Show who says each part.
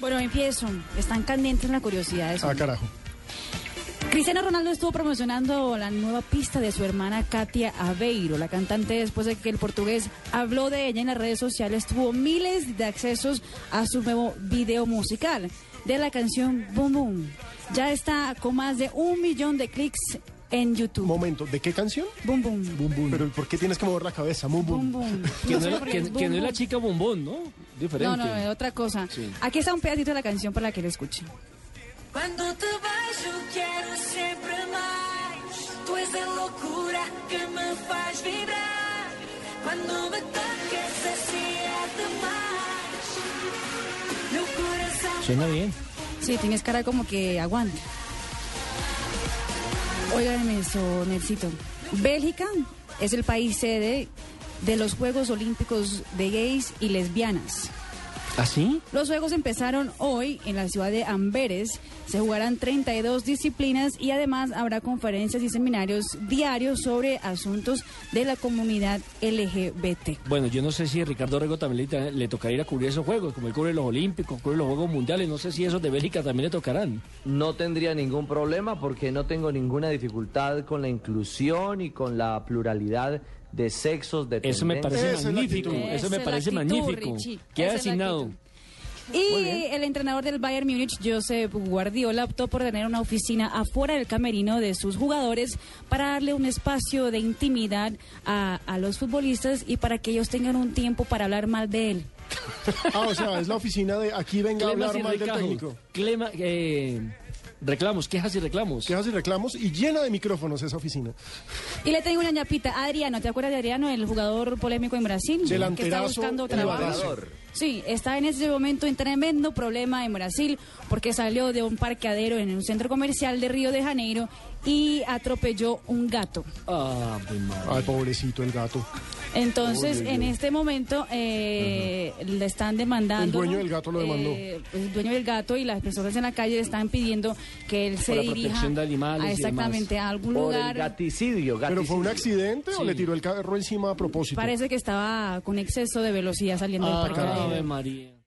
Speaker 1: Bueno, empiezo. Están candentes la curiosidad de
Speaker 2: Ah, carajo.
Speaker 1: Cristiano Ronaldo estuvo promocionando la nueva pista de su hermana Katia Aveiro. La cantante, después de que el portugués habló de ella en las redes sociales, tuvo miles de accesos a su nuevo video musical de la canción Boom Boom. Ya está con más de un millón de clics en YouTube.
Speaker 2: Momento, ¿de qué canción?
Speaker 1: Boom Boom.
Speaker 2: Bum bum. Pero ¿por qué tienes que mover la cabeza? Bum
Speaker 1: Boom
Speaker 2: bum.
Speaker 1: Boom.
Speaker 3: Que
Speaker 1: No
Speaker 3: no,
Speaker 1: sé
Speaker 3: es,
Speaker 1: por qué
Speaker 3: que-
Speaker 1: es
Speaker 3: que
Speaker 1: Boom
Speaker 3: no es la
Speaker 1: Boom.
Speaker 3: chica bombón, ¿no?
Speaker 1: No,
Speaker 3: Diferente.
Speaker 1: no, es otra cosa.
Speaker 3: Sí.
Speaker 1: Aquí está un pedacito de la canción para que la escuchen.
Speaker 4: Quando te vejo quero sempre mais Tu és a loucura que me faz vibrar Quando me tocas assim é demais Meu coração
Speaker 3: Suena bien.
Speaker 1: Sí, tienes cara como que aguanta. Óigame eso, Nelsito. Bélgica es el país sede de los Juegos Olímpicos de Gays y Lesbianas.
Speaker 3: ¿Así?
Speaker 1: Los Juegos empezaron hoy en la ciudad de Amberes. Se jugarán 32 disciplinas y además habrá conferencias y seminarios diarios sobre asuntos de la comunidad LGBT.
Speaker 3: Bueno, yo no sé si a Ricardo Rego también le, le tocará ir a cubrir esos juegos, como él cubre los Olímpicos, cubre los Juegos Mundiales, no sé si esos de Bélgica también le tocarán.
Speaker 5: No tendría ningún problema porque no tengo ninguna dificultad con la inclusión y con la pluralidad de sexos, de
Speaker 3: Eso me
Speaker 5: tendencias.
Speaker 3: parece
Speaker 2: Esa es la
Speaker 3: magnífico,
Speaker 2: actitud.
Speaker 3: eso
Speaker 1: Esa
Speaker 3: me
Speaker 1: es la
Speaker 3: parece
Speaker 1: actitud,
Speaker 3: magnífico.
Speaker 1: Richie,
Speaker 3: Queda
Speaker 1: esa es la
Speaker 3: asignado.
Speaker 1: actitud. Y el entrenador del Bayern Múnich, Josep Guardiola, optó por tener una oficina afuera del camerino de sus jugadores para darle un espacio de intimidad a, a los futbolistas y para que ellos tengan un tiempo para hablar mal de él.
Speaker 2: Ah, o sea, es la oficina de aquí venga a
Speaker 3: Clemas
Speaker 2: hablar
Speaker 3: y
Speaker 2: mal del
Speaker 3: reclamos.
Speaker 2: técnico.
Speaker 3: Clema- eh, reclamos, quejas y reclamos.
Speaker 2: Quejas y reclamos y llena de micrófonos esa oficina.
Speaker 1: Y le tengo una ñapita. Adriano, ¿te acuerdas de Adriano, el jugador polémico en Brasil? que está
Speaker 2: Delanterazo
Speaker 1: buscando
Speaker 2: y
Speaker 1: trabajo.
Speaker 2: balazo.
Speaker 1: Sí, está en este momento en tremendo problema en Brasil porque salió de un parqueadero en un centro comercial de Río de Janeiro y atropelló un gato.
Speaker 3: Ah, mi madre.
Speaker 2: Ay, pobrecito el gato.
Speaker 1: Entonces, en este momento eh, le están demandando.
Speaker 2: El dueño
Speaker 1: ¿no?
Speaker 2: del gato lo demandó.
Speaker 1: Eh, el dueño del gato y las personas en la calle le están pidiendo que él se
Speaker 3: Por la
Speaker 1: dirija
Speaker 3: protección de animales
Speaker 1: a
Speaker 3: y
Speaker 1: exactamente a algún
Speaker 5: Por el
Speaker 1: Eh, lugar.
Speaker 5: gaticidio,
Speaker 2: ¿Pero fue un
Speaker 5: gaticidio.
Speaker 2: accidente o
Speaker 3: Sí.
Speaker 2: le tiró el carro encima a propósito?
Speaker 1: Parece que estaba con exceso de velocidad saliendo
Speaker 2: Ah,
Speaker 1: del parque.
Speaker 2: caramba.
Speaker 3: Ave María.